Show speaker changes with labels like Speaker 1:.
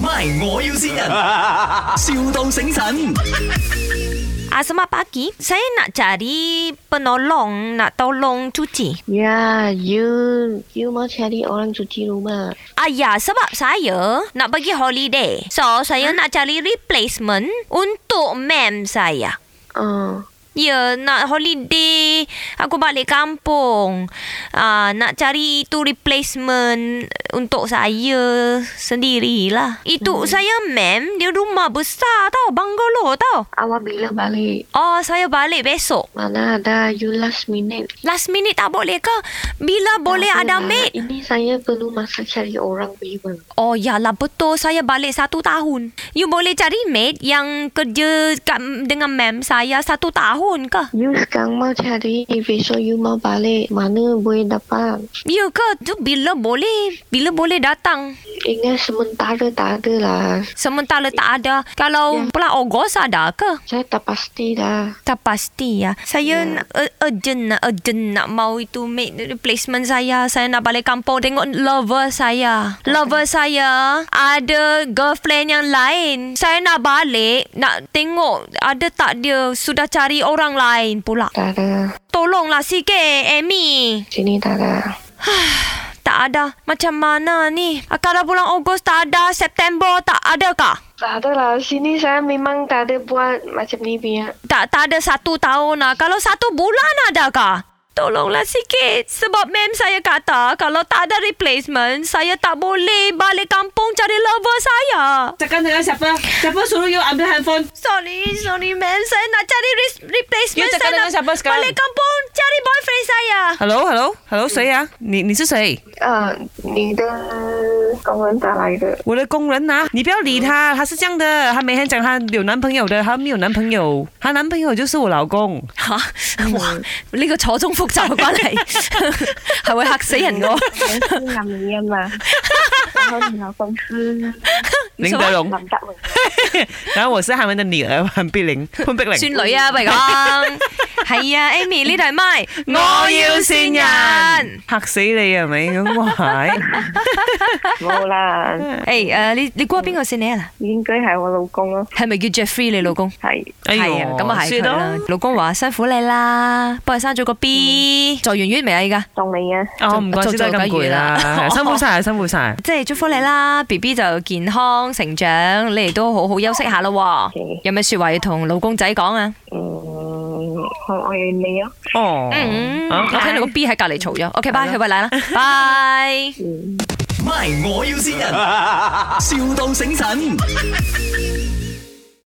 Speaker 1: My，我要先人，, 笑到醒神。
Speaker 2: Asma Ah, pagi, saya nak cari penolong nak tolong cuci.
Speaker 3: Ya, you you mau cari orang cuci rumah.
Speaker 2: Ayah, Ah, ya, sebab saya nak pergi holiday. So, saya nak cari replacement untuk mem saya.
Speaker 3: Oh,
Speaker 2: Ya, nak holiday. Aku balik kampung. Ah, nak cari itu replacement untuk saya sendirilah. Itu saya mem, dia rumah besar tau, bungalow tau.
Speaker 3: awak bila balik?
Speaker 2: Oh, saya balik besok.
Speaker 3: Mana ada you last minute.
Speaker 2: Last minute tak boleh ke? Bila boleh
Speaker 3: Tak
Speaker 2: ada
Speaker 3: lah.
Speaker 2: maid?
Speaker 3: Ini saya perlu masa cari orang bila.
Speaker 2: Oh ya lah betul saya balik satu tahun. You boleh cari maid yang kerja kat, dengan mem saya satu tahun ke?
Speaker 3: You sekarang mau cari, besok you mau balik. Mana boleh dapat?
Speaker 2: Ya ke? Tu bila boleh? Bila boleh datang?
Speaker 3: Ingat sementara tak ada lah.
Speaker 2: Sementara tak ada. Kalau
Speaker 3: Ya.
Speaker 2: pula Ogos ada ke?
Speaker 3: Saya tak pasti lah.
Speaker 2: Tak pasti ya. Saya
Speaker 3: Ya.
Speaker 2: nak ur- urgent nak urgent nak mau itu maid replacement saya. Saya nak balik kampung tengok lover saya. Lover saya ada girlfriend yang lain. Saya nak balik nak tengok ada tak dia sudah cari orang lain pula.
Speaker 3: Tak ada.
Speaker 2: Tolonglah sikit Amy.
Speaker 3: Sini tak ada.
Speaker 2: Tak ada. Macam mana ni? Kalau bulan Ogos tak ada, September tak ada kah?
Speaker 3: Tak ada lah. Sini saya memang tak ada buat macam ni punya.
Speaker 2: Tak, tak ada satu tahun lah. Kalau satu bulan ada kah? Tolonglah sikit. Sebab mem saya kata kalau tak ada replacement, saya tak boleh balik kampung cari lover saya.
Speaker 4: Cakap dengan siapa? Siapa suruh you ambil handphone?
Speaker 2: Sorry, sorry mem. Saya nak cari re- replacement.
Speaker 4: You
Speaker 2: saya
Speaker 4: cakap dengan
Speaker 2: nak
Speaker 4: siapa sekarang?
Speaker 2: Balik kampung cari boyfriend saya.
Speaker 4: Hello, hello, hello，谁呀、你你是谁？
Speaker 3: 呃，你的公文打 来的，
Speaker 4: 我的工人呐、你不要理他，他是这样的，他每天讲他有男朋友的，他没有男朋友，他男朋友就是我老公。
Speaker 2: 吓！哇！
Speaker 4: Hmm.
Speaker 2: 呢、個錯綜複 雜嘅關係係會嚇死人㗎。
Speaker 3: 是男明艳 嘛？然后你老公是
Speaker 4: 林德荣，
Speaker 3: 林德荣，
Speaker 4: 然后我是他们的女儿潘碧玲，潘碧玲。
Speaker 2: 算女啊，不如講係啊，Amy à, 呢度係咪？
Speaker 4: 我要善人，。吓死你系咪？咁哇，
Speaker 3: 冇啦，
Speaker 2: 诶，誒，你你估下邊個善你啊？
Speaker 3: 应该系我老公咯，
Speaker 2: 係咪叫 Jeffrey 你老公？
Speaker 3: 系。
Speaker 4: 哎呦
Speaker 2: 係啊，咁啊係
Speaker 4: 算
Speaker 2: 佢啦
Speaker 4: 啦。
Speaker 2: 老公話辛苦你啦，幫佢生咗個 B，坐完月未啊？而家
Speaker 3: 仲你啊！
Speaker 4: 哦，唔怪之得咁攰啦，辛苦晒，辛苦晒。
Speaker 2: 即係祝福你啦，B B 就健康成長，你哋都好好休息下咯喎。
Speaker 3: Okay
Speaker 2: 有咩说話要同老公仔講啊？
Speaker 3: 嗯，我愛你啊！
Speaker 4: 哦，
Speaker 2: 嗯，
Speaker 4: 好
Speaker 2: 我聽到個 B 喺隔離嘈咗。OK，拜，去喂奶啦，拜。
Speaker 3: 嗯。
Speaker 1: My，我要先人，,笑到醒神。